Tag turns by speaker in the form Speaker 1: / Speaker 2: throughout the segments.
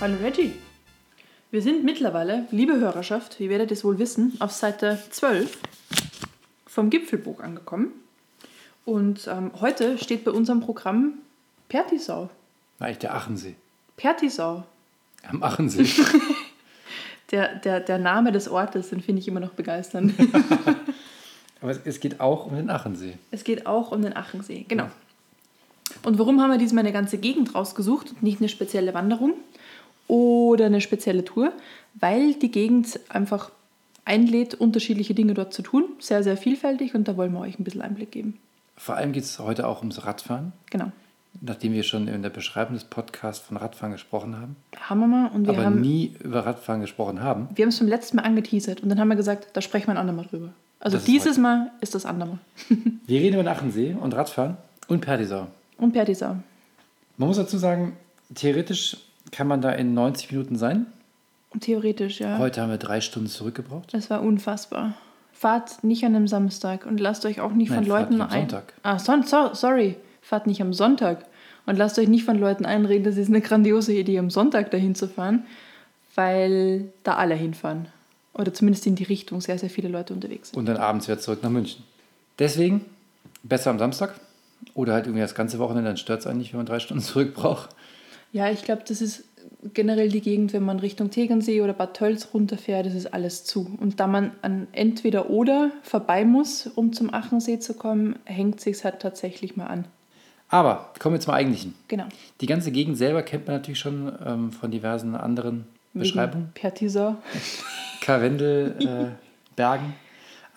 Speaker 1: Hallo Reggie. Wir sind mittlerweile, liebe Hörerschaft, ihr werdet es wohl wissen, auf Seite 12 vom Gipfelbook angekommen. Und ähm, heute steht bei unserem Programm Pertisau.
Speaker 2: War ich der Achensee?
Speaker 1: Pertisau.
Speaker 2: Am Achensee.
Speaker 1: Der, der, der Name des Ortes, den finde ich immer noch begeisternd.
Speaker 2: Aber es, es geht auch um den Achensee.
Speaker 1: es geht auch um den Achensee, genau. Und warum haben wir diesmal eine ganze Gegend rausgesucht und nicht eine spezielle Wanderung oder eine spezielle Tour? Weil die Gegend einfach einlädt, unterschiedliche Dinge dort zu tun. Sehr, sehr vielfältig und da wollen wir euch ein bisschen Einblick geben.
Speaker 2: Vor allem geht es heute auch ums Radfahren,
Speaker 1: Genau.
Speaker 2: nachdem wir schon in der Beschreibung des Podcasts von Radfahren gesprochen haben,
Speaker 1: Haben wir mal und wir
Speaker 2: aber
Speaker 1: haben
Speaker 2: nie über Radfahren gesprochen haben.
Speaker 1: wir haben es beim letzten Mal angeteasert und dann haben wir gesagt, da sprechen wir ein andermal drüber. Also
Speaker 2: Das ist
Speaker 1: dieses
Speaker 2: heute.
Speaker 1: Mal ist das andermal.
Speaker 2: Wir reden über den Achensee und Radfahren und Perdisau.
Speaker 1: Und Perdisau.
Speaker 2: Man muss dazu sagen, theoretisch kann man da in 90 Minuten sein.
Speaker 1: Und Theoretisch, ja.
Speaker 2: Heute haben wir drei Stunden zurückgebraucht.
Speaker 1: Es war unfassbar. Fahrt nicht an einem Samstag und lasst euch auch nicht
Speaker 2: Nein,
Speaker 1: von
Speaker 2: fahrt
Speaker 1: Leuten
Speaker 2: nicht am
Speaker 1: ein.
Speaker 2: Sonntag.
Speaker 1: Ah, son so sorry. Fahrt nicht am Sonntag und lasst euch nicht von Leuten einreden, das ist eine grandiose Idee, am Sonntag dahin zu fahren, weil da alle hinfahren. Oder zumindest in die Richtung sehr, sehr viele Leute unterwegs sind.
Speaker 2: Und dann abends wieder zurück nach München. Deswegen besser am Samstag oder halt irgendwie das ganze Wochenende, dann stört es einen nicht, wenn man drei Stunden zurück braucht.
Speaker 1: Ja, ich glaube, das ist generell die Gegend, wenn man Richtung Tegernsee oder Bad Tölz runterfährt, das ist alles zu. Und da man an entweder oder vorbei muss, um zum Achensee zu kommen, hängt sich's halt tatsächlich mal an.
Speaker 2: Aber kommen wir zum Eigentlichen.
Speaker 1: Genau.
Speaker 2: Die ganze Gegend selber kennt man natürlich schon ähm, von diversen anderen Beschreibungen.
Speaker 1: Pertisau.
Speaker 2: Karwendel, äh, Bergen.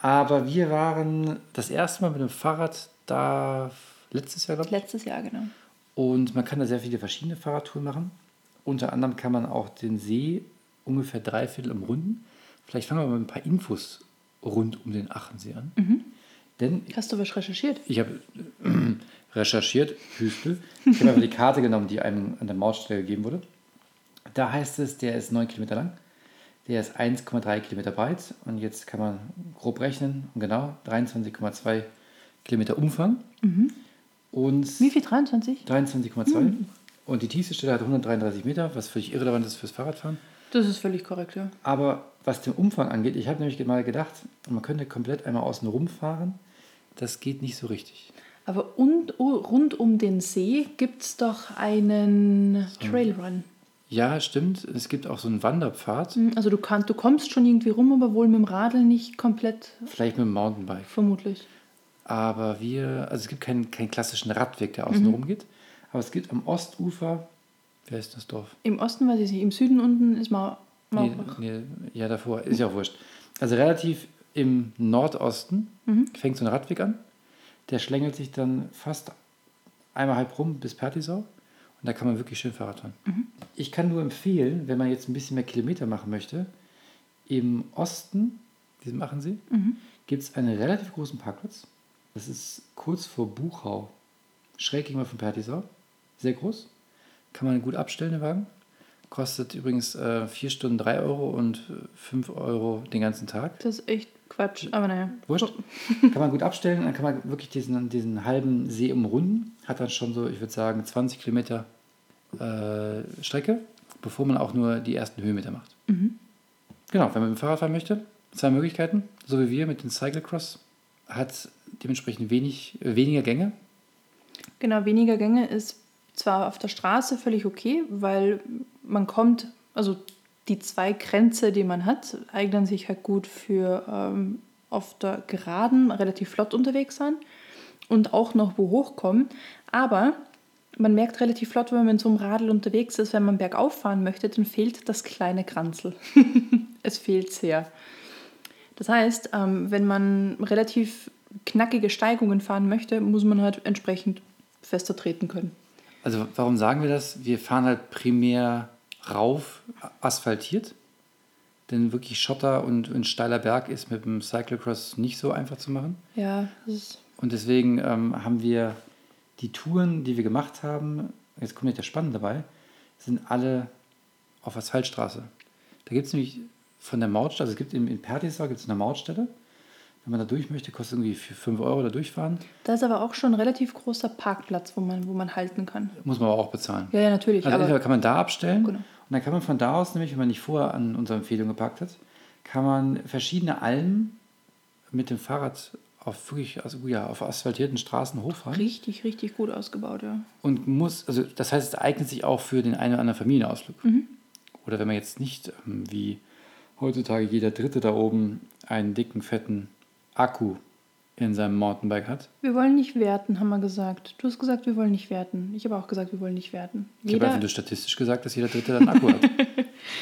Speaker 2: Aber wir waren das erste Mal mit dem Fahrrad da letztes Jahr, glaube ich.
Speaker 1: Letztes Jahr, genau.
Speaker 2: Und man kann da sehr viele verschiedene Fahrradtouren machen. Unter anderem kann man auch den See ungefähr dreiviertel umrunden. Vielleicht fangen wir mal mit ein paar Infos rund um den Achensee an. Denn
Speaker 1: Hast du was recherchiert?
Speaker 2: ich habe recherchiert, Hüstel. Ich habe einfach die Karte genommen, die einem an der Mautstelle gegeben wurde. Da heißt es, der ist 9 Kilometer lang, der ist 1,3 Kilometer breit und jetzt kann man grob rechnen, und genau, 23,2 Kilometer Umfang. Und
Speaker 1: Mhm. Wie viel? Mhm. 23?
Speaker 2: 23,2. Und die tiefste Stelle hat 133 Meter, was völlig irrelevant ist fürs Fahrradfahren.
Speaker 1: Das ist völlig korrekt, ja.
Speaker 2: Aber was den Umfang angeht, ich habe nämlich mal gedacht, man könnte komplett einmal außen rumfahren. Das geht nicht so richtig.
Speaker 1: Aber und, u- rund um den See gibt es doch einen Trailrun.
Speaker 2: Ja, stimmt. Es gibt auch so einen Wanderpfad,
Speaker 1: Also du, kannst, du kommst schon irgendwie rum, aber wohl mit dem Radl nicht komplett,
Speaker 2: vielleicht mit dem Mountainbike.
Speaker 1: vermutlich.
Speaker 2: Aber wir, also es gibt keinen, keinen klassischen Radweg, der außen rum geht. Aber es gibt am Ostufer, wer ist das Dorf?
Speaker 1: Im Osten weiß ich nicht, im Süden unten ist Mau
Speaker 2: Nee,
Speaker 1: Maubach.
Speaker 2: nee, ja, davor. Ist ja auch wurscht. Also relativ im Nordosten fängt so ein Radweg an. Der schlängelt sich dann fast einmal halb rum bis Pertisau. Und da kann man wirklich schön Fahrrad fahren. Ich kann nur empfehlen, wenn man jetzt ein bisschen mehr Kilometer machen möchte, im Osten, diesem Achensee, gibt es einen relativ großen Parkplatz. Das ist kurz vor Buchau. Schräg gegenüber von Pertisau. Sehr groß. Kann man gut abstellen, den Wagen. Kostet übrigens äh, 4 Stunden 3 Euro und 5 Euro den ganzen Tag.
Speaker 1: Das ist echt Quatsch, aber naja.
Speaker 2: Wurscht. Kann man gut abstellen, dann kann man wirklich diesen, diesen halben See umrunden. Hat dann schon so, ich würde sagen, 20 Kilometer äh, Strecke, bevor man auch nur die ersten Höhenmeter macht. Genau, wenn man mit dem Fahrrad fahren möchte, zwei Möglichkeiten, so wie wir mit dem Cyclecross, hat dementsprechend wenig, äh, weniger Gänge.
Speaker 1: Genau, weniger Gänge ist zwar auf der Straße völlig okay, weil man kommt, also die zwei Grenze, die man hat, eignen sich halt gut für ähm, auf der Geraden relativ flott unterwegs sein und auch noch wo hochkommen. Aber man merkt relativ flott, wenn man mit so einem Radl unterwegs ist, wenn man bergauf fahren möchte, dann fehlt das kleine Kranzel. es fehlt sehr. Das heißt, ähm, wenn man relativ knackige Steigungen fahren möchte, muss man halt entsprechend fester treten können.
Speaker 2: Also warum sagen wir das? Wir fahren halt primär rauf, asphaltiert. Denn wirklich Schotter und, und steiler Berg ist mit dem Cyclocross nicht so einfach zu machen.
Speaker 1: Ja, das ist
Speaker 2: Und deswegen ähm, haben wir die Touren, die wir gemacht haben, jetzt kommt nicht der Spannende dabei, sind alle auf Asphaltstraße. Da gibt es nämlich von der Mautstelle, also es gibt in, in Pertisau gibt es eine Mautstelle. Wenn man da durch möchte, kostet irgendwie 5 Euro da durchfahren.
Speaker 1: da ist aber auch schon ein relativ großer Parkplatz, wo man, wo man halten kann.
Speaker 2: Muss man aber auch bezahlen.
Speaker 1: Ja, ja, natürlich.
Speaker 2: Also
Speaker 1: aber
Speaker 2: entweder kann man da abstellen
Speaker 1: Genau.
Speaker 2: und Und dann kann man von da aus nämlich, wenn man nicht vorher an unsere Empfehlung gepackt hat, kann man verschiedene Almen mit dem Fahrrad auf wirklich, also ja, auf asphaltierten Straßen hochfahren.
Speaker 1: Richtig, richtig gut ausgebaut, ja.
Speaker 2: Und muss, also das heißt, es eignet sich auch für den einen oder anderen Familienausflug.
Speaker 1: Mhm.
Speaker 2: Oder wenn man jetzt nicht, ähm, wie heutzutage jeder Dritte da oben, einen dicken, fetten Akku in seinem Mountainbike hat.
Speaker 1: Wir wollen nicht werten, haben wir gesagt. Du hast gesagt, wir wollen nicht werten. Ich habe auch gesagt, wir wollen nicht werten.
Speaker 2: Ich habe
Speaker 1: Jeder,
Speaker 2: einfach nur statistisch gesagt, dass jeder Dritte dann einen Akku hat.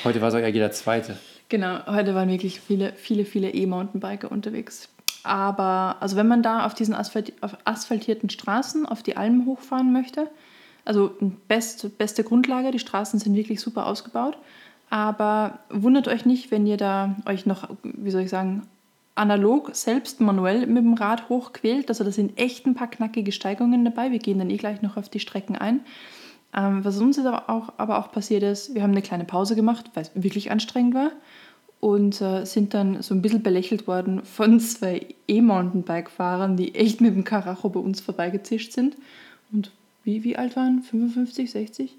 Speaker 2: Heute war es auch eher jeder Zweite.
Speaker 1: genau, heute waren wirklich viele, viele, viele E-Mountainbiker unterwegs. Aber also wenn man da auf diesen Asphalt, auf asphaltierten Straßen auf die Almen hochfahren möchte, also best, beste Grundlage, die Straßen sind wirklich super ausgebaut. Aber wundert euch nicht, wenn ihr da euch noch, wie soll ich sagen, analog selbst manuell mit dem Rad hochquält. Also da sind echt ein paar knackige Steigungen dabei. Wir gehen dann eh gleich noch auf die Strecken ein. Ähm, was uns jetzt aber auch, aber auch passiert ist, wir haben eine kleine Pause gemacht, weil es wirklich anstrengend war. Und äh, sind dann so ein bisschen belächelt worden von zwei E-Mountainbike-Fahrern, die echt mit dem Karacho bei uns vorbeigezischt sind. Und wie, wie alt waren? 55, 60?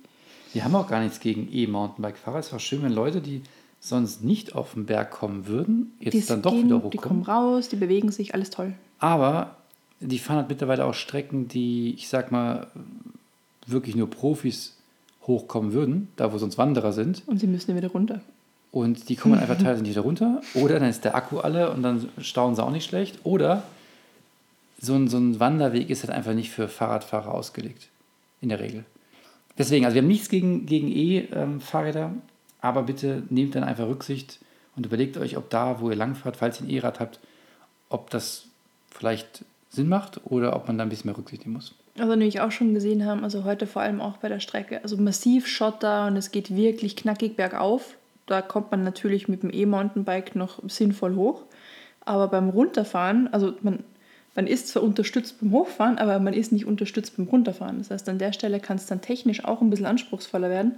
Speaker 2: Wir haben auch gar nichts gegen E-Mountainbike-Fahrer. Es war schön, wenn Leute, die sonst nicht auf den Berg kommen würden, jetzt
Speaker 1: Die
Speaker 2: dann doch
Speaker 1: gehen,
Speaker 2: wieder
Speaker 1: Die
Speaker 2: hochkommen.
Speaker 1: kommen raus, die bewegen sich, alles toll.
Speaker 2: Aber die fahren halt mittlerweile auch Strecken, die, ich sag mal, wirklich nur Profis hochkommen würden, da wo sonst Wanderer sind.
Speaker 1: Und sie müssen wieder runter.
Speaker 2: Und die kommen einfach teilweise nicht wieder runter. Oder dann ist der Akku alle und dann stauen sie auch nicht schlecht. Oder so ein, so ein Wanderweg ist halt einfach nicht für Fahrradfahrer ausgelegt. In der Regel. Deswegen, also wir haben nichts gegen, gegen E-Fahrräder, aber bitte nehmt dann einfach Rücksicht und überlegt euch, ob da, wo ihr langfahrt, falls ihr ein E-Rad habt, ob das vielleicht Sinn macht oder ob man da ein bisschen mehr Rücksicht nehmen muss.
Speaker 1: Also, den ich auch schon gesehen haben, also heute vor allem auch bei der Strecke, also massiv Schotter und es geht wirklich knackig bergauf. Da kommt man natürlich mit dem E-Mountainbike noch sinnvoll hoch. Aber beim Runterfahren, also man, man ist zwar unterstützt beim Hochfahren, aber man ist nicht unterstützt beim Runterfahren. Das heißt, an der Stelle kann es dann technisch auch ein bisschen anspruchsvoller werden.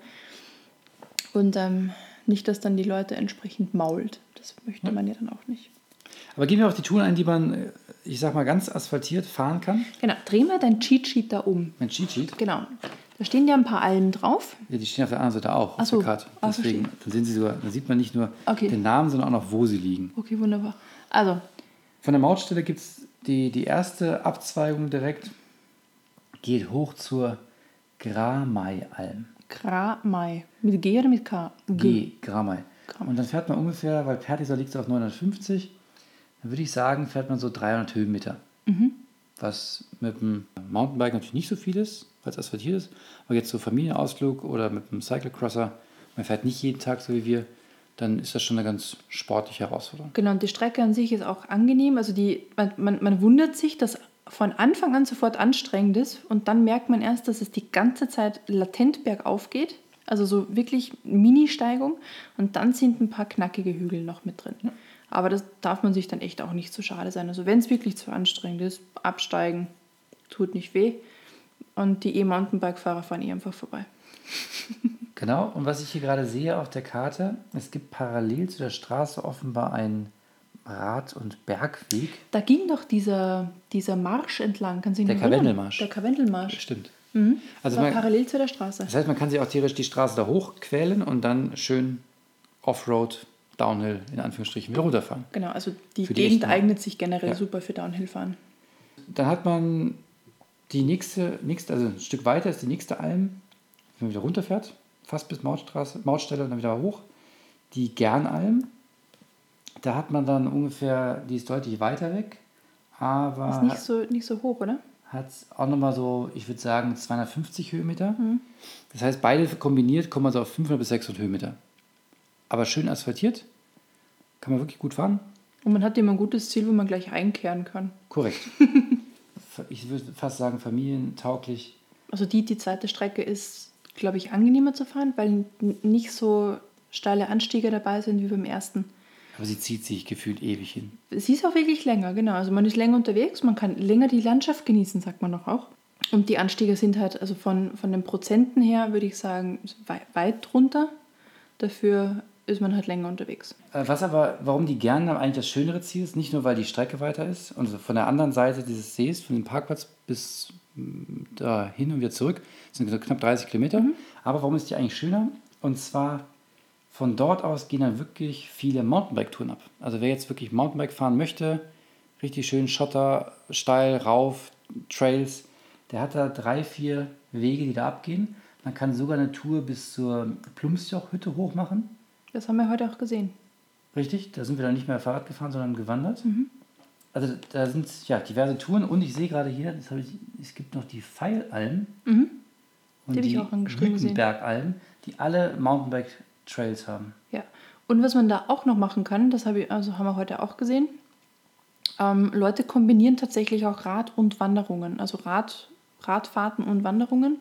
Speaker 1: Und ähm, nicht, dass dann die Leute entsprechend mault. Das möchte man ja dann auch nicht.
Speaker 2: Aber gehen wir auf die Touren ein, die man, äh, ich sag mal, ganz asphaltiert fahren kann.
Speaker 1: Genau, dreh mal dein Cheatsheet da um.
Speaker 2: Mein Cheat Sheet.
Speaker 1: Genau. Da stehen ja ein paar Almen drauf.
Speaker 2: Ja, die stehen auf der anderen Seite auch,
Speaker 1: Ach
Speaker 2: auf
Speaker 1: so.
Speaker 2: der Karte.
Speaker 1: Ah,
Speaker 2: Deswegen, dann, sehen sie sogar, dann sieht man nicht nur
Speaker 1: Okay.
Speaker 2: den Namen, sondern auch noch, wo sie liegen.
Speaker 1: Okay, wunderbar. Also,
Speaker 2: Von der Mautstelle gibt es die, die erste Abzweigung direkt, geht hoch zur Gramai-Alm.
Speaker 1: Gramai. Mit G oder mit K?
Speaker 2: G, Gramai.
Speaker 1: Gramai.
Speaker 2: Und dann fährt man ungefähr, weil Pertisau liegt auf 950, dann würde ich sagen, fährt man so 300 Höhenmeter. Mhm. Was mit dem Mountainbike natürlich nicht so viel ist, weil es asphaltiert ist. Aber jetzt so Familienausflug oder mit dem Cyclecrosser, man fährt nicht jeden Tag so wie wir, dann ist das schon eine ganz sportliche Herausforderung.
Speaker 1: Genau, und die Strecke an sich ist auch angenehm. Also die, man, man, man wundert sich, dass von Anfang an sofort anstrengend ist und dann merkt man erst, dass es die ganze Zeit latent bergauf geht. Also so wirklich Mini-Steigung und dann sind ein paar knackige Hügel noch mit drin. Aber das darf man sich dann echt auch nicht zu schade sein. Also wenn es wirklich zu anstrengend ist, absteigen, tut nicht weh. Und die E-Mountainbike-Fahrer fahren eh einfach vorbei.
Speaker 2: Genau, und was ich hier gerade sehe auf der Karte, es gibt parallel zu der Straße offenbar einen Rad- und Bergweg.
Speaker 1: Da ging doch dieser, dieser Marsch entlang. Kannst du
Speaker 2: Der
Speaker 1: dich noch erinnern?
Speaker 2: Karwendelmarsch.
Speaker 1: Der Karwendelmarsch.
Speaker 2: Stimmt.
Speaker 1: Also
Speaker 2: Also
Speaker 1: war
Speaker 2: man, Also
Speaker 1: parallel zu der Straße.
Speaker 2: Das heißt, man kann sich auch theoretisch die Straße da hochquälen und dann schön Offroad, Downhill in Anführungsstrichen wieder runterfahren.
Speaker 1: Genau, also die,
Speaker 2: Für die
Speaker 1: Gegend
Speaker 2: Echten.
Speaker 1: eignet sich generell
Speaker 2: Ja.
Speaker 1: super für Downhill-Fahren.
Speaker 2: Dann hat man die nächste, nächste, also ein Stück weiter ist die nächste Alm, wenn man wieder runterfährt, fast bis Mautstraße, Mautstelle und dann wieder hoch. Die Gernalm, da hat man dann ungefähr, die ist deutlich weiter weg, aber
Speaker 1: Ist nicht so, nicht so hoch, oder?
Speaker 2: hat auch nochmal so, ich würde sagen, 250 Höhenmeter. Das heißt, beide kombiniert kommen wir so auf 500 bis 600 Höhenmeter. Aber schön asphaltiert, kann man wirklich gut fahren.
Speaker 1: Und man hat immer ein gutes Ziel, wo man gleich einkehren kann.
Speaker 2: Korrekt. ich würde fast sagen, familientauglich.
Speaker 1: Also die, die zweite Strecke ist, glaube ich, angenehmer zu fahren, weil n- nicht so steile Anstiege dabei sind wie beim ersten.
Speaker 2: Aber sie zieht sich gefühlt ewig hin.
Speaker 1: Sie ist auch wirklich länger, genau. Also man ist länger unterwegs, man kann länger die Landschaft genießen, sagt man doch auch. Und die Anstiege sind halt, also von, von den Prozenten her würde ich sagen, weit, weit drunter. Dafür ist man halt länger unterwegs.
Speaker 2: Äh, Was aber, warum die Gernalm eigentlich das schönere Ziel ist, nicht nur weil die Strecke weiter ist und von der anderen Seite dieses Sees, von dem Parkplatz bis mm, da hin und wieder zurück, sind so knapp 30 Kilometer. Aber warum ist die eigentlich schöner? Und zwar von dort aus gehen dann wirklich viele Mountainbike-Touren ab. Also wer jetzt wirklich Mountainbike fahren möchte, richtig schön Schotter, steil, rauf, Trails, der hat da drei, vier Wege, die da abgehen. Man kann sogar eine Tour bis zur Plumpsjoch-Hütte hoch machen.
Speaker 1: Das haben wir heute auch gesehen.
Speaker 2: Richtig, da sind wir dann nicht mehr Fahrrad gefahren, sondern gewandert.
Speaker 1: Mhm.
Speaker 2: Also da sind ja diverse Touren und ich sehe gerade hier, das habe ich, es gibt noch die Pfeilalm und
Speaker 1: Mhm. Die habe ich
Speaker 2: die
Speaker 1: auch angeschrieben gesehen.
Speaker 2: Rütenbergalm, die alle Mountainbike-Trails haben.
Speaker 1: Ja. Und was man da auch noch machen kann, das habe ich, also haben wir heute auch gesehen. Ähm, Leute kombinieren tatsächlich auch Rad und Wanderungen, also Rad, Radfahrten und Wanderungen.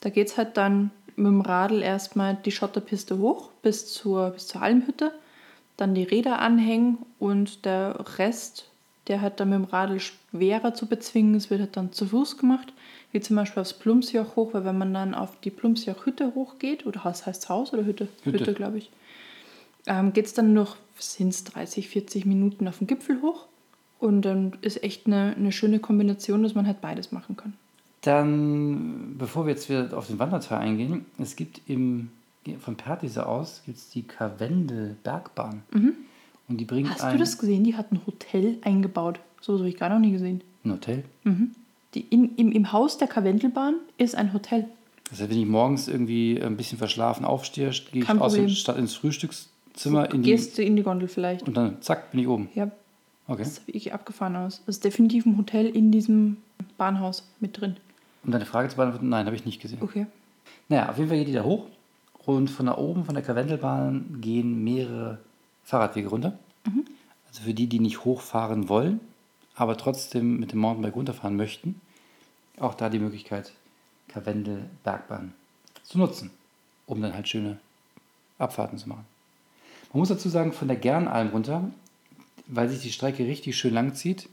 Speaker 1: Da geht es halt dann mit dem Radl erstmal die Schotterpiste hoch bis zur, bis zur Almhütte, dann die Räder anhängen und der Rest, der halt dann mit dem Radl schwerer zu bezwingen ist, wird halt dann zu Fuß gemacht, wie zum Beispiel aufs Plumpsjoch hoch, weil wenn man dann auf die Plumpsjoch-Hütte hochgeht, oder was heißt Haus oder Hütte?
Speaker 2: Hütte.
Speaker 1: Hütte glaube ich ähm, geht es dann noch, sind es 30, 40 Minuten auf den Gipfel hoch. Und dann ist echt eine, eine schöne Kombination, dass man halt beides machen kann.
Speaker 2: Dann, bevor wir jetzt wieder auf den Wanderteil eingehen, es gibt im, von Pertise aus gibt's die Karwendel Bergbahn. Und die bringt
Speaker 1: Mhm. Hast
Speaker 2: ein,
Speaker 1: du das gesehen? Die hat ein Hotel eingebaut. So was habe ich gar noch nie gesehen. Mhm.
Speaker 2: ein Hotel.
Speaker 1: Die in, im, Im Haus der Karwendelbahn ist ein Hotel.
Speaker 2: Das heißt, wenn ich morgens irgendwie ein bisschen verschlafen aufstehe, gehe ich
Speaker 1: Kein
Speaker 2: aus dem,
Speaker 1: Problem.
Speaker 2: statt ins Frühstückszimmer in die,
Speaker 1: Gehst du in die Gondel vielleicht?
Speaker 2: und dann zack, bin ich oben.
Speaker 1: Ja,
Speaker 2: Okay.
Speaker 1: das sieht ich abgefahren aus. Das ist definitiv ein Hotel in diesem Bahnhaus mit drin.
Speaker 2: Um deine Frage zu beantworten, nein, habe ich nicht gesehen.
Speaker 1: Okay.
Speaker 2: Naja, auf jeden Fall geht die da hoch und von da oben, von der Karwendelbahn, gehen mehrere Fahrradwege runter. Also für die, die nicht hochfahren wollen, aber trotzdem mit dem Mountainbike runterfahren möchten, auch da die Möglichkeit, Karwendel Bergbahn zu nutzen, um dann halt schöne Abfahrten zu machen. Man muss dazu sagen, von der Gernalm runter, weil sich die Strecke richtig schön lang zieht,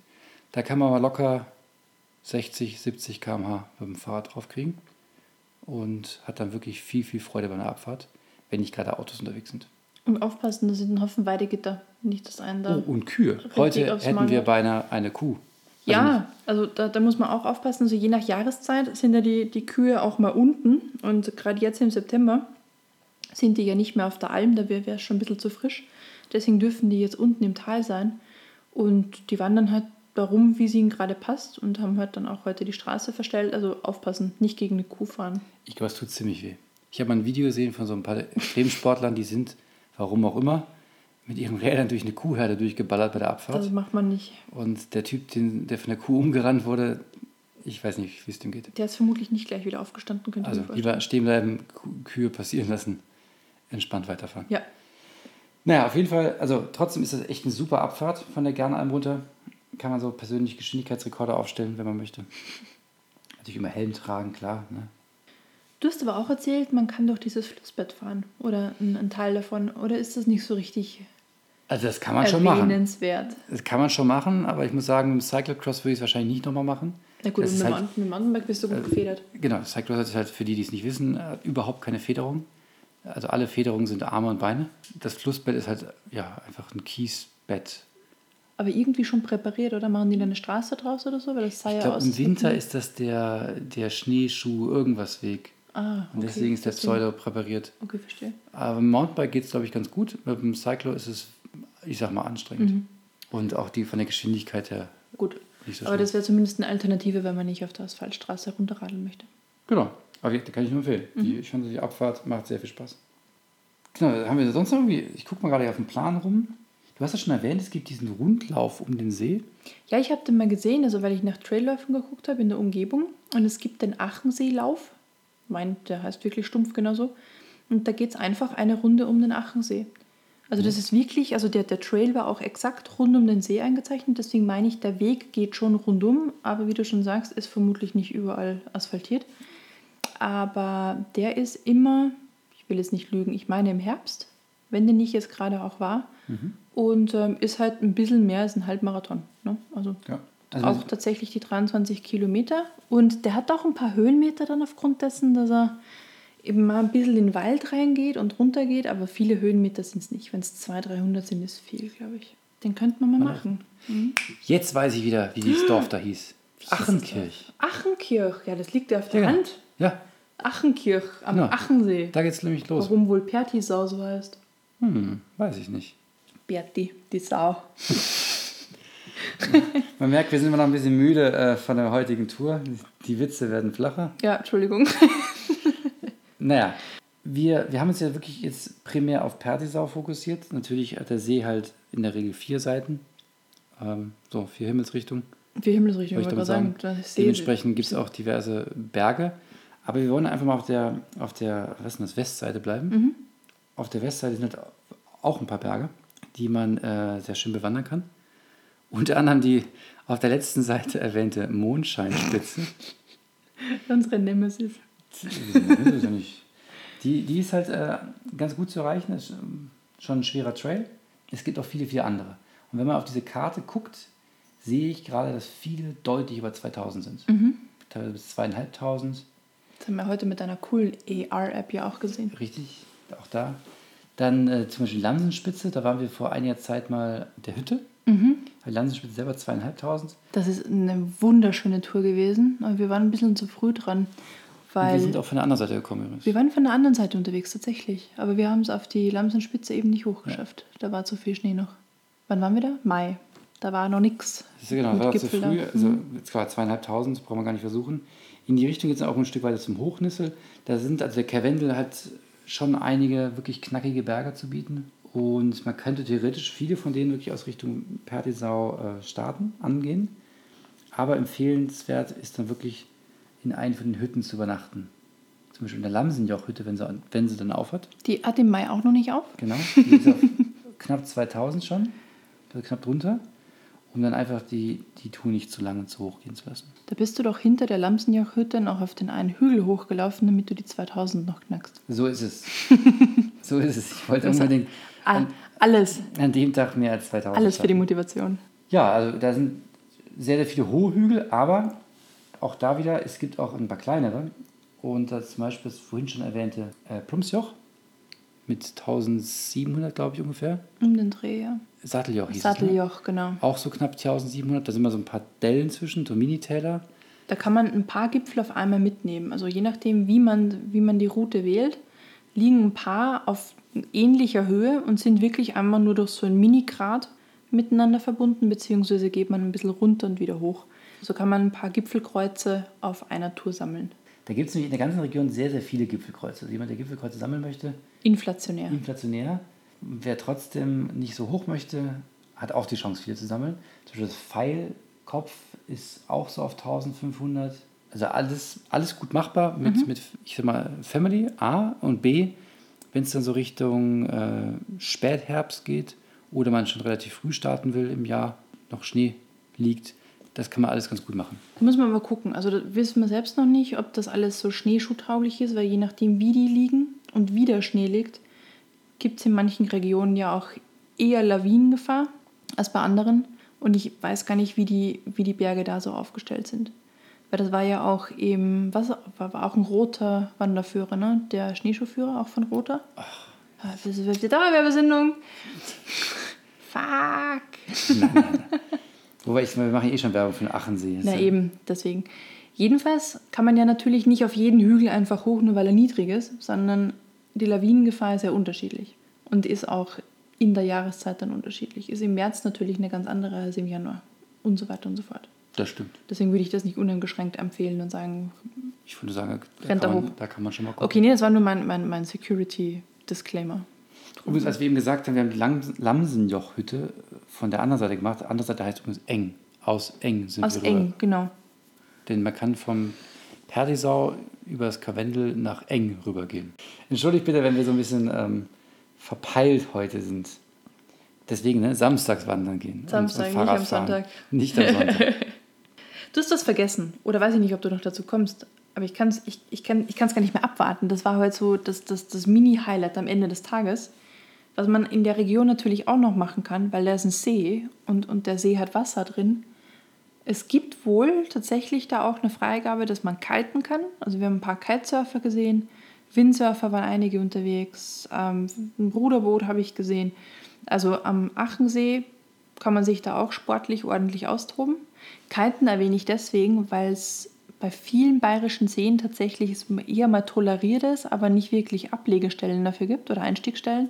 Speaker 2: da kann man mal locker 60, 70 km/h mit dem Fahrrad draufkriegen und hat dann wirklich viel, viel Freude bei einer Abfahrt, wenn nicht gerade Autos unterwegs sind.
Speaker 1: Und aufpassen, da sind ein Haufen Weidegitter. Nicht das eine da.
Speaker 2: Oh, und Kühe. Heute
Speaker 1: aufs
Speaker 2: hätten
Speaker 1: Maul.
Speaker 2: wir beinahe eine Kuh. Also
Speaker 1: Ja, also da, da muss man auch aufpassen. Also je nach Jahreszeit sind ja die, die Kühe auch mal unten. Und gerade jetzt im September sind die ja nicht mehr auf der Alm, da wäre es schon ein bisschen zu frisch. Deswegen dürfen die jetzt unten im Tal sein. Und die wandern halt darum, wie es ihnen gerade passt. Und haben halt dann auch heute die Straße verstellt. Also aufpassen, nicht gegen eine Kuh fahren.
Speaker 2: Ich glaube, es tut ziemlich weh. Ich habe mal ein Video gesehen von so ein paar Extremsportlern, die sind, warum auch immer, mit ihren Rädern durch eine Kuhherde durchgeballert bei der Abfahrt.
Speaker 1: Das macht man nicht.
Speaker 2: Und der Typ, den, der von der Kuh umgerannt wurde, ich weiß nicht, wie es dem geht.
Speaker 1: Der ist vermutlich nicht gleich wieder aufgestanden, könnte ich
Speaker 2: Also
Speaker 1: mir vorstellen.
Speaker 2: lieber stehen bleiben, Kuh- Kühe passieren lassen, entspannt weiterfahren.
Speaker 1: Ja,
Speaker 2: Naja, auf jeden Fall, also trotzdem ist das echt eine super Abfahrt von der Gernalm runter. Kann man so persönlich Geschwindigkeitsrekorde aufstellen, wenn man möchte. Natürlich immer Helm tragen, klar. Ne?
Speaker 1: Du hast aber auch erzählt, man kann doch dieses Flussbett fahren oder ein, ein Teil davon. Oder ist das nicht so richtig
Speaker 2: Also das kann man schon machen.
Speaker 1: erwähnenswert?
Speaker 2: Das kann man schon machen, aber ich muss sagen, mit dem Cyclocross würde ich es wahrscheinlich nicht nochmal machen.
Speaker 1: Na gut,
Speaker 2: das
Speaker 1: und mit,
Speaker 2: ist
Speaker 1: dem
Speaker 2: halt,
Speaker 1: Mountain- mit dem Mountainbike bist du gut gefedert.
Speaker 2: Genau, Cyclocross ist halt für die, die es nicht wissen, äh, überhaupt keine Federung. Also alle Federungen sind Arme und Beine. Das Flussbett ist halt ja einfach ein Kiesbett.
Speaker 1: Aber irgendwie schon präpariert, oder? Machen die da eine Straße draus oder so? Weil das sah
Speaker 2: Ich
Speaker 1: ja
Speaker 2: glaube,
Speaker 1: aus.
Speaker 2: im Winter ist das der, der Schneeschuh-Irgendwas-Weg.
Speaker 1: Ah, okay.
Speaker 2: Und deswegen ist der
Speaker 1: verstehe.
Speaker 2: Pseudo präpariert.
Speaker 1: Okay, verstehe.
Speaker 2: Aber im Mountainbike geht es, glaube ich, ganz gut. Mit dem Cyclo ist es, ich sag mal, anstrengend.
Speaker 1: Mhm.
Speaker 2: Und auch die von der Geschwindigkeit her.
Speaker 1: Gut.
Speaker 2: Nicht so
Speaker 1: aber
Speaker 2: schlimm.
Speaker 1: das wäre zumindest eine Alternative, wenn man nicht auf der Asphaltstraße runterradeln möchte.
Speaker 2: Genau. Aber die kann ich nur empfehlen.
Speaker 1: Mhm.
Speaker 2: Die, ich fand, die Abfahrt macht sehr viel Spaß. Genau, haben wir sonst noch irgendwie. Ich gucke mal gerade hier auf den Plan rum. Du hast ja schon erwähnt, es gibt diesen Rundlauf um den See.
Speaker 1: Ja, ich habe den mal gesehen, also weil ich nach Trailläufen geguckt habe in der Umgebung. Und es gibt den Achenseelauf. Mein, der heißt wirklich stumpf genauso. Und da geht es einfach eine Runde um den Achensee. Also das ist wirklich, also der, der Trail war auch exakt rund um den See eingezeichnet. Deswegen meine ich, der Weg geht schon rundum. Aber wie du schon sagst, ist vermutlich nicht überall asphaltiert. Aber der ist immer, ich will jetzt nicht lügen, ich meine im Herbst, wenn der nicht jetzt gerade auch war.
Speaker 2: Mhm.
Speaker 1: Und ähm, ist halt ein bisschen mehr als ein Halbmarathon. Ne? Also
Speaker 2: Ja.
Speaker 1: auch
Speaker 2: Also,
Speaker 1: tatsächlich die 23 Kilometer. Und der hat auch ein paar Höhenmeter dann aufgrund dessen, dass er eben mal ein bisschen in den Wald reingeht und runtergeht. Aber viele Höhenmeter sind es nicht. Wenn es 200, 300 sind, ist viel, glaube ich. Den könnte man mal machen.
Speaker 2: jetzt weiß ich wieder, wie dieses Dorf da hieß.
Speaker 1: hieß das
Speaker 2: Achenkirch.
Speaker 1: Achenkirch, ja, das liegt ja auf der
Speaker 2: Genau.
Speaker 1: Hand.
Speaker 2: Ja.
Speaker 1: Achenkirch am
Speaker 2: Ja.
Speaker 1: Achensee.
Speaker 2: Da geht's nämlich los.
Speaker 1: Warum wohl Perti Sau so heißt?
Speaker 2: Hm, weiß ich nicht.
Speaker 1: Berti, die Sau.
Speaker 2: Man merkt, wir sind immer noch ein bisschen müde äh, von der heutigen Tour. Die Witze werden flacher.
Speaker 1: Ja, Entschuldigung.
Speaker 2: Naja, wir, wir haben uns ja wirklich jetzt primär auf Pertisau fokussiert. Natürlich hat der See halt in der Regel vier Seiten. Ähm, so, vier Himmelsrichtungen.
Speaker 1: Wir Himmelsrichtung,
Speaker 2: Wollte
Speaker 1: wollte
Speaker 2: ich
Speaker 1: ich
Speaker 2: damit
Speaker 1: sagen. sagen. Das sehe ich.
Speaker 2: Dementsprechend gibt es auch diverse Berge. Aber wir wollen einfach mal auf der, auf der was ist denn das, Westseite bleiben.
Speaker 1: Mhm.
Speaker 2: Auf der Westseite sind halt auch ein paar Berge, die man äh, sehr schön bewandern kann. Unter anderem die auf der letzten Seite erwähnte Mondscheinspitze.
Speaker 1: Unsere Nemesis.
Speaker 2: Das ist ja nicht- die, die ist halt äh, ganz gut zu erreichen, ist ähm, schon ein schwerer Trail. Es gibt auch viele, viele andere. Und wenn man auf diese Karte guckt, sehe ich gerade, dass viele deutlich über 2000 sind. Teilweise bis 2500,
Speaker 1: Das haben wir heute mit einer coolen AR-App ja auch gesehen.
Speaker 2: richtig, auch da. Dann äh, zum Beispiel Lansenspitze, da waren wir vor einiger Zeit mal in der Hütte. Bei Lansenspitze selber 2500.
Speaker 1: Das ist eine wunderschöne Tour gewesen, aber wir waren ein bisschen zu früh dran,
Speaker 2: Und
Speaker 1: weil
Speaker 2: wir sind auch von der anderen Seite gekommen übrigens.
Speaker 1: wir waren von der anderen Seite unterwegs tatsächlich. Aber wir haben es auf die Lamsenspitze eben nicht hochgeschafft. Da war zu viel Schnee noch. Wann waren wir da? Mai. Da war noch nichts.
Speaker 2: Das ist genau,
Speaker 1: mit
Speaker 2: das war zu
Speaker 1: Gipfel
Speaker 2: früh.
Speaker 1: da. Mhm.
Speaker 2: Also, jetzt klar, zweieinhalbtausend, brauchen wir gar nicht versuchen. In die Richtung geht es auch ein Stück weiter zum Hochnissel. Da sind, also der Kerwendel hat schon einige wirklich knackige Berge zu bieten. Und man könnte theoretisch viele von denen wirklich aus Richtung Pertisau äh, starten, angehen. Aber empfehlenswert ist dann wirklich in einen von den Hütten zu übernachten. Zum Beispiel in der Lamsenjoch-Hütte, wenn sie, wenn sie dann aufhat.
Speaker 1: Die hat im Mai auch noch nicht auf.
Speaker 2: Genau. Die ist auf knapp 2000 schon, also knapp drunter, um dann einfach die, die Tour nicht zu lang und zu hoch gehen zu lassen.
Speaker 1: Da bist du doch hinter der Lamsenjoch-Hütte noch auf den einen Hügel hochgelaufen, damit du die 2000 noch knackst.
Speaker 2: So ist es. so ist es. Ich wollte
Speaker 1: Also,
Speaker 2: unbedingt
Speaker 1: All, alles,
Speaker 2: an dem Tag mehr als 2000.
Speaker 1: alles für die
Speaker 2: schaffen.
Speaker 1: Motivation.
Speaker 2: Ja, also da sind sehr, sehr viele hohe Hügel, aber auch da wieder, es gibt auch ein paar kleinere. Und da zum Beispiel das vorhin schon erwähnte äh, Plumsjoch mit 1700, glaube ich, ungefähr.
Speaker 1: Um den Dreh, ja.
Speaker 2: Satteljoch hieß es. Ne?
Speaker 1: Satteljoch, genau.
Speaker 2: Auch so knapp 1700. Da sind immer so ein paar Dellen zwischen, so Minitäler.
Speaker 1: Da kann man ein paar Gipfel auf einmal mitnehmen. Also je nachdem, wie man, wie man die Route wählt, liegen ein paar auf ähnlicher Höhe und sind wirklich einmal nur durch so ein Mini-Grat miteinander verbunden, beziehungsweise geht man ein bisschen runter und wieder hoch. So kann man ein paar Gipfelkreuze auf einer Tour sammeln.
Speaker 2: Da gibt es nämlich in der ganzen Region sehr, sehr viele Gipfelkreuze. Also jemand, der Gipfelkreuze sammeln möchte,
Speaker 1: Inflationär.
Speaker 2: inflationär. Wer trotzdem nicht so hoch möchte, hat auch die Chance, viele zu sammeln. Zum Beispiel das Pfeilkopf ist auch so auf 1500. Also alles, alles gut machbar mit,
Speaker 1: Mhm.
Speaker 2: mit, ich sag mal, Family A und B. Wenn es dann so Richtung äh, Spätherbst geht oder man schon relativ früh starten will im Jahr, noch Schnee liegt, das kann man alles ganz gut machen.
Speaker 1: Da muss man mal gucken. Also da wissen wir selbst noch nicht, ob das alles so schneeschuhtauglich ist, weil je nachdem, wie die liegen und wie der Schnee liegt, gibt es in manchen Regionen ja auch eher Lawinengefahr als bei anderen. Und ich weiß gar nicht, wie die, wie die Berge da so aufgestellt sind. Weil das war ja auch eben, was war, war auch ein roter Wanderführer, ne? Der Schneeschuhführer, auch von Roter. Ah, Das ist die Dauerwerbesendung. Fuck.
Speaker 2: Wobei ich, wir machen eh schon Werbung für den Achensee.
Speaker 1: Na
Speaker 2: Ist ja-
Speaker 1: eben, deswegen. Jedenfalls kann man ja natürlich nicht auf jeden Hügel einfach hoch, nur weil er niedrig ist, sondern die Lawinengefahr ist ja unterschiedlich und ist auch in der Jahreszeit dann unterschiedlich. Ist im März natürlich eine ganz andere als im Januar und so weiter und so fort.
Speaker 2: Das stimmt.
Speaker 1: Deswegen würde ich das nicht uneingeschränkt empfehlen und sagen,
Speaker 2: Ich würde sagen, da,
Speaker 1: Rennt
Speaker 2: kann
Speaker 1: da
Speaker 2: man,
Speaker 1: hoch.
Speaker 2: da kann man schon mal gucken.
Speaker 1: okay, nee, das war nur mein, mein, mein Security-Disclaimer.
Speaker 2: Übrigens, als wir eben gesagt haben, wir haben die Lam- Lamsenjoch-Hütte von der anderen Seite gemacht. Die andere Seite heißt übrigens Eng. Aus Eng sind
Speaker 1: Aus
Speaker 2: wir rüber.
Speaker 1: Eng, genau.
Speaker 2: Denn man kann vom Perdisau über das Karwendel nach Eng rübergehen. Entschuldigt bitte, wenn wir so ein bisschen ähm, verpeilt heute sind. Deswegen, ne, samstags wandern gehen. und-
Speaker 1: Samstag,
Speaker 2: und
Speaker 1: nicht
Speaker 2: Fahrrad
Speaker 1: am
Speaker 2: fahren.
Speaker 1: Sonntag.
Speaker 2: Nicht am Sonntag.
Speaker 1: Du hast das vergessen. Oder weiß ich nicht, ob du noch dazu kommst. Aber ich kann es ich, ich kann, ich kann's gar nicht mehr abwarten. Das war heute so das, das, das Mini-Highlight am Ende des Tages. Was man in der Region natürlich auch noch machen kann, weil da ist ein See und, und der See hat Wasser drin. Es gibt wohl tatsächlich da auch eine Freigabe, dass man kiten kann. Also wir haben ein paar Kitesurfer gesehen, Windsurfer waren einige unterwegs, ähm, ein Ruderboot habe ich gesehen. Also am Achensee kann man sich da auch sportlich ordentlich austoben. Kiten erwähne ich deswegen, weil es bei bei vielen bayerischen Seen tatsächlich es eher mal toleriert ist, aber nicht wirklich Ablegestellen dafür gibt oder Einstiegstellen.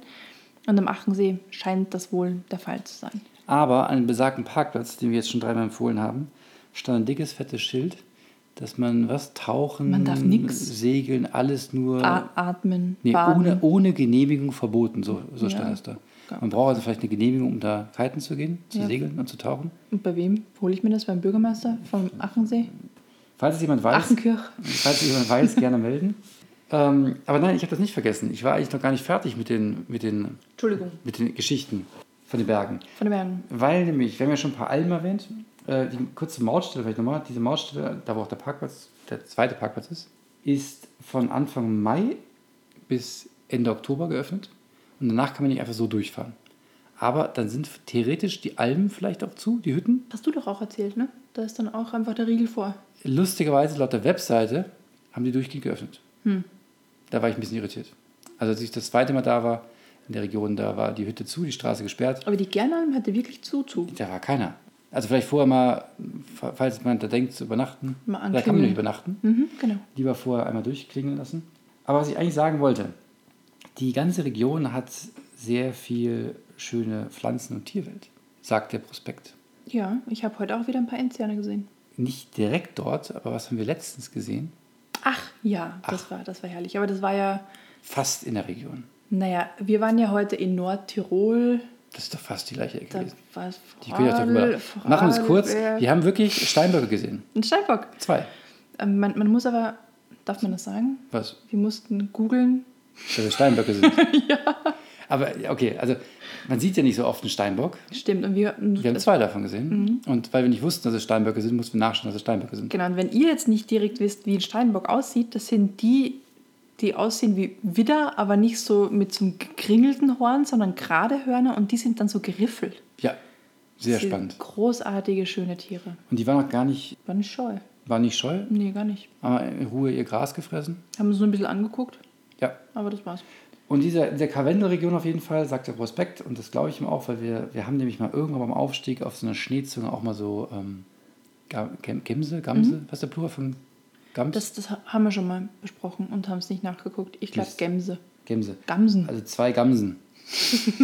Speaker 1: Und am Achensee scheint das wohl der Fall zu sein.
Speaker 2: Aber an dem besagten Parkplatz, den wir jetzt schon dreimal empfohlen haben, stand ein dickes, fettes Schild, dass man was tauchen,
Speaker 1: Man darf nix. Ah,
Speaker 2: segeln, alles nur
Speaker 1: A- Atmen,
Speaker 2: Äh, nee,
Speaker 1: Baden.
Speaker 2: ohne, ohne Genehmigung verboten, so, so stand
Speaker 1: Ja.
Speaker 2: es da.
Speaker 1: Ja.
Speaker 2: Man braucht also vielleicht eine Genehmigung, um da kiten zu gehen, zu
Speaker 1: Ja.
Speaker 2: segeln und zu tauchen.
Speaker 1: Und bei wem hole ich mir das? Beim Bürgermeister vom Achensee?
Speaker 2: Falls es jemand weiß,
Speaker 1: Achenkirch.
Speaker 2: falls es jemand weiß gerne melden. Ähm, aber nein, ich habe das nicht vergessen. Ich war eigentlich noch gar nicht fertig mit den, mit den,
Speaker 1: Entschuldigung,
Speaker 2: mit den Geschichten von den Bergen.
Speaker 1: von den Bergen.
Speaker 2: Weil nämlich, wir haben ja schon ein paar Alben erwähnt, äh, die kurze Mautstelle vielleicht nochmal, diese Mautstelle, da wo auch der Parkplatz, der zweite Parkplatz ist, ist von Anfang Mai bis Ende Oktober geöffnet und danach kann man nicht einfach so durchfahren. Aber dann sind theoretisch die Alben vielleicht auch zu, die Hütten.
Speaker 1: Hast du doch auch erzählt, ne? Da ist dann auch einfach der Riegel vor.
Speaker 2: Lustigerweise laut der Webseite haben die durchgehend geöffnet.
Speaker 1: Hm.
Speaker 2: Da war ich ein bisschen irritiert. Also als ich das zweite Mal da war, in der Region, da war die Hütte zu, die Straße gesperrt.
Speaker 1: Aber die Gernalm hatte wirklich zu zu.
Speaker 2: Da war keiner. Also vielleicht vorher mal, fa- falls man da denkt zu übernachten. da
Speaker 1: Mal
Speaker 2: kann man
Speaker 1: anklingeln.
Speaker 2: nicht übernachten.
Speaker 1: Mhm, genau.
Speaker 2: Lieber vorher einmal durchklingeln lassen. Aber was ich eigentlich sagen wollte, die ganze Region hat sehr viel schöne Pflanzen- und Tierwelt, sagt der Prospekt.
Speaker 1: Ja, ich habe heute auch wieder ein paar Enzianer gesehen.
Speaker 2: Nicht direkt dort, aber was haben wir letztens gesehen?
Speaker 1: Ach ja, das war das war herrlich. Aber das war ja,
Speaker 2: Fast in der Region.
Speaker 1: naja, wir waren ja heute in Nordtirol.
Speaker 2: Das ist doch fast die gleiche Ecke
Speaker 1: Da
Speaker 2: gewesen.
Speaker 1: war es
Speaker 2: Die können ja darüber.
Speaker 1: Vorarlberg-
Speaker 2: Machen wir es kurz.
Speaker 1: Vorarlberg-
Speaker 2: Wir haben wirklich Steinböcke gesehen.
Speaker 1: In Steinbock.
Speaker 2: Zwei.
Speaker 1: Ähm, Man, man muss aber, darf man das sagen?
Speaker 2: Was?
Speaker 1: Wir mussten googeln.
Speaker 2: Dass es Steinböcke sind. Aber okay, also man sieht ja nicht so oft einen Steinbock.
Speaker 1: Stimmt. Und wir,
Speaker 2: Wir haben zwei davon gesehen. Und weil wir nicht wussten, dass es Steinböcke sind, mussten wir nachschauen, dass es Steinböcke sind.
Speaker 1: Genau, und wenn ihr jetzt nicht direkt wisst, wie ein Steinbock aussieht, das sind die, die aussehen wie Widder, aber nicht so mit so einem gekringelten Horn, sondern gerade Hörner und die sind dann so geriffelt.
Speaker 2: Ja, sehr
Speaker 1: Das sind
Speaker 2: spannend.
Speaker 1: Großartige, schöne Tiere.
Speaker 2: Und die waren auch gar nicht,
Speaker 1: War nicht scheu.
Speaker 2: waren nicht scheu,
Speaker 1: Nee, gar nicht.
Speaker 2: haben in Ruhe ihr Gras gefressen.
Speaker 1: Haben uns nur ein bisschen angeguckt,
Speaker 2: Ja.
Speaker 1: aber das war's.
Speaker 2: Und dieser, in der Karwendelregion auf jeden Fall, sagt der Prospekt, und das glaube ich ihm auch, weil wir, wir haben nämlich mal irgendwann beim Aufstieg auf so einer Schneezunge auch mal so ähm, Ga- Gem- Gemse, Gamse, was ist der Plural von Gams?
Speaker 1: Das, das haben wir schon mal besprochen und haben es nicht nachgeguckt. Ich glaube,
Speaker 2: Mist.
Speaker 1: Gemse.
Speaker 2: Gemse.
Speaker 1: Gamsen.
Speaker 2: also zwei Gamsen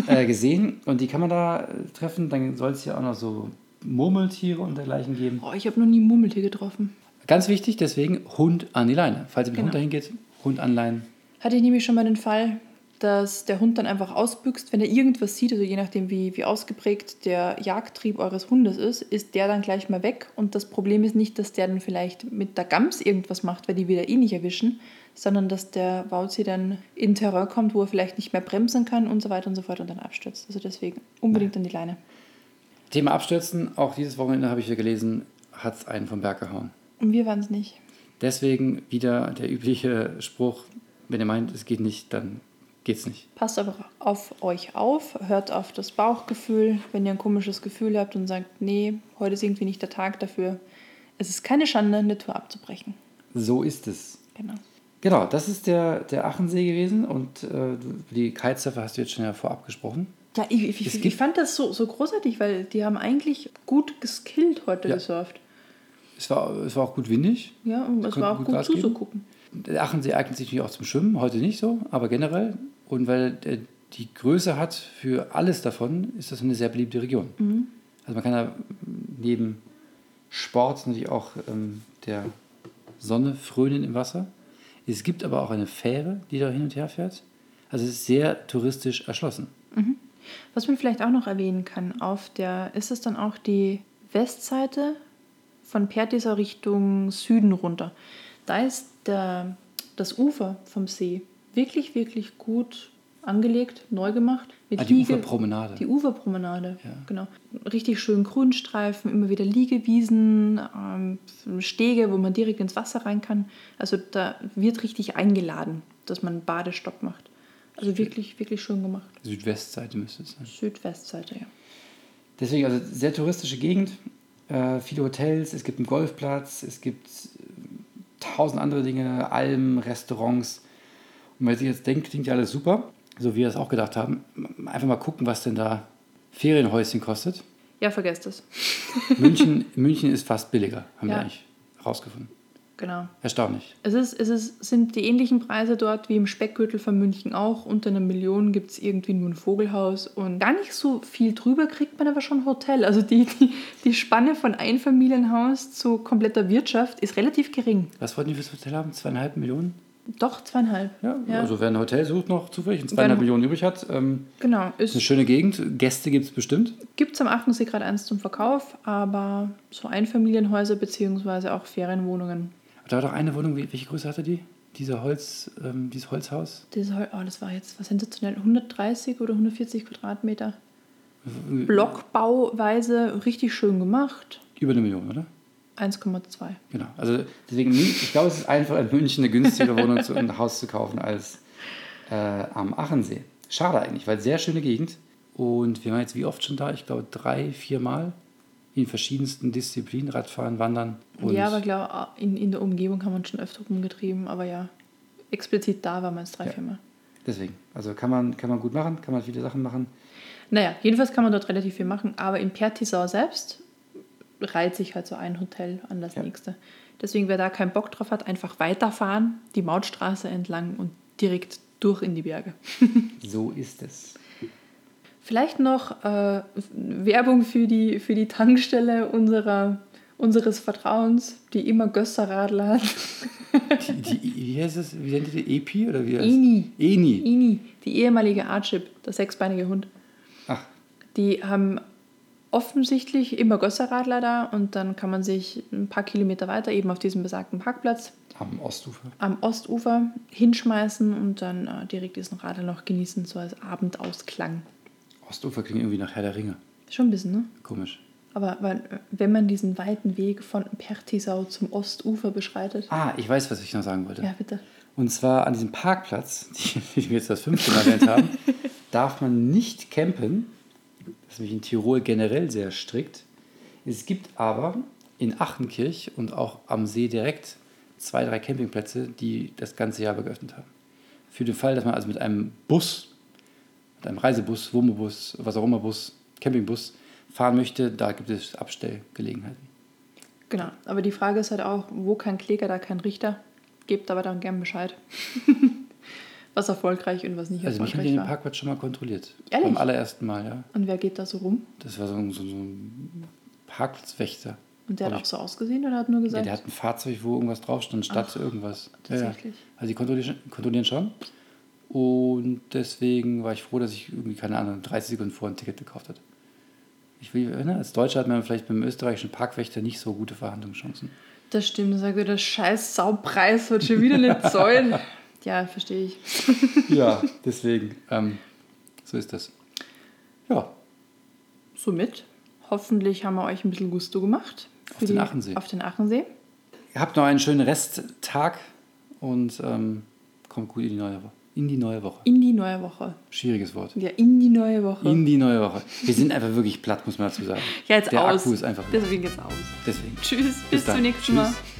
Speaker 2: äh, gesehen und die kann man da äh, treffen. Dann soll es ja auch noch so Murmeltiere und dergleichen geben.
Speaker 1: Oh, ich habe noch nie ein Murmeltier getroffen.
Speaker 2: Ganz wichtig, deswegen Hund an die Leine. Falls ihr mit dem Hund dahin
Speaker 1: Genau.
Speaker 2: geht, Hund anleihen.
Speaker 1: Hatte ich nämlich schon mal den Fall, dass der Hund dann einfach ausbüchst, wenn er irgendwas sieht, also je nachdem, wie, wie ausgeprägt der Jagdtrieb eures Hundes ist, ist der dann gleich mal weg. Und das Problem ist nicht, dass der dann vielleicht mit der Gams irgendwas macht, weil die wieder eh nicht erwischen, sondern dass der Wauzi dann in Terror kommt, wo er vielleicht nicht mehr bremsen kann und so weiter und so fort und dann abstürzt. Also deswegen unbedingt an die Leine.
Speaker 2: Thema Abstürzen, auch dieses Wochenende habe ich wieder gelesen, hat es einen vom Berg gehauen.
Speaker 1: Und wir waren es nicht.
Speaker 2: Deswegen wieder der übliche Spruch, wenn ihr meint, es geht nicht, dann geht's nicht.
Speaker 1: Passt aber auf euch auf, hört auf das Bauchgefühl. Wenn ihr ein komisches Gefühl habt und sagt, nee, heute ist irgendwie nicht der Tag dafür. Es ist keine Schande, eine Tour abzubrechen.
Speaker 2: So ist es.
Speaker 1: Genau.
Speaker 2: Genau, das ist der, der Achensee gewesen und äh, die Kitesurfer hast du jetzt schon ja vorab gesprochen.
Speaker 1: Ja, ich, ich,
Speaker 2: Es
Speaker 1: ich,
Speaker 2: gibt-
Speaker 1: ich fand das so, so großartig, weil die haben eigentlich gut geskillt heute
Speaker 2: Ja.
Speaker 1: gesurft.
Speaker 2: Es war, es war auch gut windig.
Speaker 1: Ja, und es
Speaker 2: konnten
Speaker 1: war auch
Speaker 2: gut
Speaker 1: gut,
Speaker 2: Gas geben.
Speaker 1: zuzugucken.
Speaker 2: Der Achensee eignet sich natürlich auch zum Schwimmen, heute nicht so, aber generell. Und weil der die Größe hat für alles davon, ist das eine sehr beliebte Region.
Speaker 1: Mhm.
Speaker 2: Also man kann da neben Sport natürlich auch ähm, der Sonne frönen im Wasser. Es gibt aber auch eine Fähre, die da hin und her fährt. Also es ist sehr touristisch erschlossen.
Speaker 1: Was man vielleicht auch noch erwähnen kann, auf der ist es dann auch die Westseite von Pertisau Richtung Süden runter. Da ist der, das Ufer vom See wirklich, wirklich gut angelegt, neu gemacht. Mit
Speaker 2: Ah, die
Speaker 1: Liege-
Speaker 2: Uferpromenade.
Speaker 1: Die Uferpromenade,
Speaker 2: Ja.
Speaker 1: genau. Richtig schön Grünstreifen, immer wieder Liegewiesen, ähm, Stege, wo man direkt ins Wasser rein kann. Also da wird richtig eingeladen, dass man einen Badestopp macht. Also wirklich, wirklich schön gemacht.
Speaker 2: Südwestseite müsste es sein.
Speaker 1: Südwestseite, ja.
Speaker 2: Deswegen, also sehr touristische Gegend, äh, viele Hotels, es gibt einen Golfplatz, es gibt äh, tausend andere Dinge, Almen, Restaurants. Und wenn sich jetzt denkt, klingt ja alles super, so wie wir das auch gedacht haben, m- einfach mal gucken, was denn da Ferienhäuschen kostet.
Speaker 1: Ja, vergesst es.
Speaker 2: München, München ist fast billiger, haben wir
Speaker 1: Ja.
Speaker 2: eigentlich rausgefunden.
Speaker 1: genau.
Speaker 2: Erstaunlich.
Speaker 1: Es, ist, es ist, sind die ähnlichen Preise dort wie im Speckgürtel von München auch. Unter einer Million gibt es irgendwie nur ein Vogelhaus und gar nicht so viel drüber kriegt man aber schon ein Hotel. Also die, die, die Spanne von Einfamilienhaus zu kompletter Wirtschaft ist relativ gering.
Speaker 2: Was wollten die fürs Hotel haben? Zweieinhalb Millionen?
Speaker 1: Doch, zweieinhalb.
Speaker 2: Ja,
Speaker 1: Ja.
Speaker 2: also wer ein Hotel sucht noch zufällig und zweieinhalb
Speaker 1: Wenn-
Speaker 2: Millionen übrig hat, ähm,
Speaker 1: Genau.
Speaker 2: ist eine
Speaker 1: Es
Speaker 2: schöne Gegend. Gäste gibt es bestimmt.
Speaker 1: gibt es am 8. See gerade eins zum Verkauf, aber so Einfamilienhäuser beziehungsweise auch Ferienwohnungen.
Speaker 2: Aber Da war doch eine Wohnung, wie- welche Größe hatte die? Dieser Holz, ähm, dieses Holzhaus?
Speaker 1: Das, oh, das war jetzt was sensationell. 130 oder 140 Quadratmeter. Blockbauweise richtig schön gemacht.
Speaker 2: Über eine Million, oder?
Speaker 1: 1,2.
Speaker 2: Genau. Also deswegen, Mün- ich glaube, es ist einfach in München eine günstigere Wohnung zu, und ein Haus zu kaufen als äh, am Achensee. Schade eigentlich, weil sehr schöne Gegend. Und wir waren jetzt wie oft schon da? Ich glaube drei, vier Mal in verschiedensten Disziplinen, Radfahren, Wandern. Und
Speaker 1: ja, aber klar, in, in der Umgebung haben wir uns schon öfter rumgetrieben, aber ja, explizit da waren wir jetzt drei,
Speaker 2: Ja.
Speaker 1: vier Mal.
Speaker 2: deswegen. Also kann man, kann man gut machen, kann man viele Sachen machen.
Speaker 1: Naja, jedenfalls kann man dort relativ viel machen, aber in Pertisau selbst reiht sich halt so ein Hotel an das
Speaker 2: Ja.
Speaker 1: nächste. Deswegen, wer da keinen Bock drauf hat, einfach weiterfahren, die Mautstraße entlang und direkt durch in die Berge.
Speaker 2: So ist es.
Speaker 1: Vielleicht noch äh, Werbung für die, für die Tankstelle unserer, unseres Vertrauens, die immer Gösserradler hat.
Speaker 2: Die, die, wie heißt es? Wie nennt ihr die? Epi oder wie heißt E
Speaker 1: Eni.
Speaker 2: Eni.
Speaker 1: Ini, die ehemalige Artship, der sechsbeinige Hund.
Speaker 2: Ach,
Speaker 1: Die haben offensichtlich immer Gösserradler da und dann kann man sich ein paar Kilometer weiter eben auf diesem besagten Parkplatz
Speaker 2: am Ostufer.
Speaker 1: am Ostufer hinschmeißen und dann äh, direkt diesen Radler noch genießen, so als Abendausklang.
Speaker 2: Ostufer klingt irgendwie nach Herr der Ringe.
Speaker 1: Schon ein bisschen, ne?
Speaker 2: Komisch.
Speaker 1: Aber weil, äh, wenn man diesen weiten Weg von Pertisau zum Ostufer beschreitet.
Speaker 2: Ah, ich weiß, was ich noch sagen wollte.
Speaker 1: Ja, bitte.
Speaker 2: Und zwar an diesem Parkplatz, den wir jetzt das fünfte Mal erwähnt haben, darf man nicht campen. Das ist nämlich in Tirol generell sehr strikt. Es gibt aber in Achenkirch und auch am See direkt zwei, drei Campingplätze, die das ganze Jahr geöffnet haben. Für den Fall, dass man also mit einem Bus, mit einem Reisebus, Wohnmobil-Bus, was auch immer Bus, Campingbus fahren möchte, da gibt es Abstellgelegenheiten.
Speaker 1: Genau. Aber die Frage ist halt auch, wo kein Kläger, da kein Richter. Gebt aber dann gern Bescheid. was erfolgreich und was nicht
Speaker 2: Also mich haben die
Speaker 1: erfolgreich
Speaker 2: in
Speaker 1: war.
Speaker 2: dem Parkplatz schon mal kontrolliert.
Speaker 1: Ehrlich?
Speaker 2: Beim allerersten Mal, ja.
Speaker 1: Und wer geht da so rum?
Speaker 2: Das war so ein, so, so ein Parkplatzwächter.
Speaker 1: Und der hat
Speaker 2: Glaub
Speaker 1: auch
Speaker 2: ich.
Speaker 1: so ausgesehen oder hat nur
Speaker 2: ja,
Speaker 1: gesagt,
Speaker 2: der hat ein Fahrzeug, wo irgendwas drauf stand, statt irgendwas. Ja, ja.
Speaker 1: tatsächlich.
Speaker 2: Also die kontrollieren, kontrollieren schon. Und deswegen war ich froh, dass ich irgendwie, keine Ahnung, 30 Sekunden vorher ein Ticket gekauft hat. Ich will, ne, als Deutscher hat man vielleicht beim österreichischen Parkwächter nicht so gute Verhandlungschancen.
Speaker 1: das stimmt, dann sagt er, der scheiß Saupreis wird schon wieder nicht zahlen. ja, verstehe ich.
Speaker 2: Ja, deswegen. Ähm, so ist das. Ja,
Speaker 1: Somit, hoffentlich haben wir euch ein bisschen Gusto gemacht.
Speaker 2: Auf
Speaker 1: für
Speaker 2: den Achensee.
Speaker 1: Auf den Achensee.
Speaker 2: habt noch einen schönen Resttag und ähm, kommt gut in die neue Woche. In die neue Woche.
Speaker 1: In die neue Woche.
Speaker 2: Schwieriges Wort.
Speaker 1: Ja, in die neue Woche.
Speaker 2: In die neue Woche. Wir sind einfach wirklich platt, muss man dazu sagen.
Speaker 1: ja, jetzt
Speaker 2: Der
Speaker 1: aus.
Speaker 2: Akku ist einfach.
Speaker 1: Deswegen jetzt aus.
Speaker 2: Deswegen.
Speaker 1: Tschüss, bis,
Speaker 2: dann.
Speaker 1: zum nächsten
Speaker 2: Tschüss.
Speaker 1: Mal.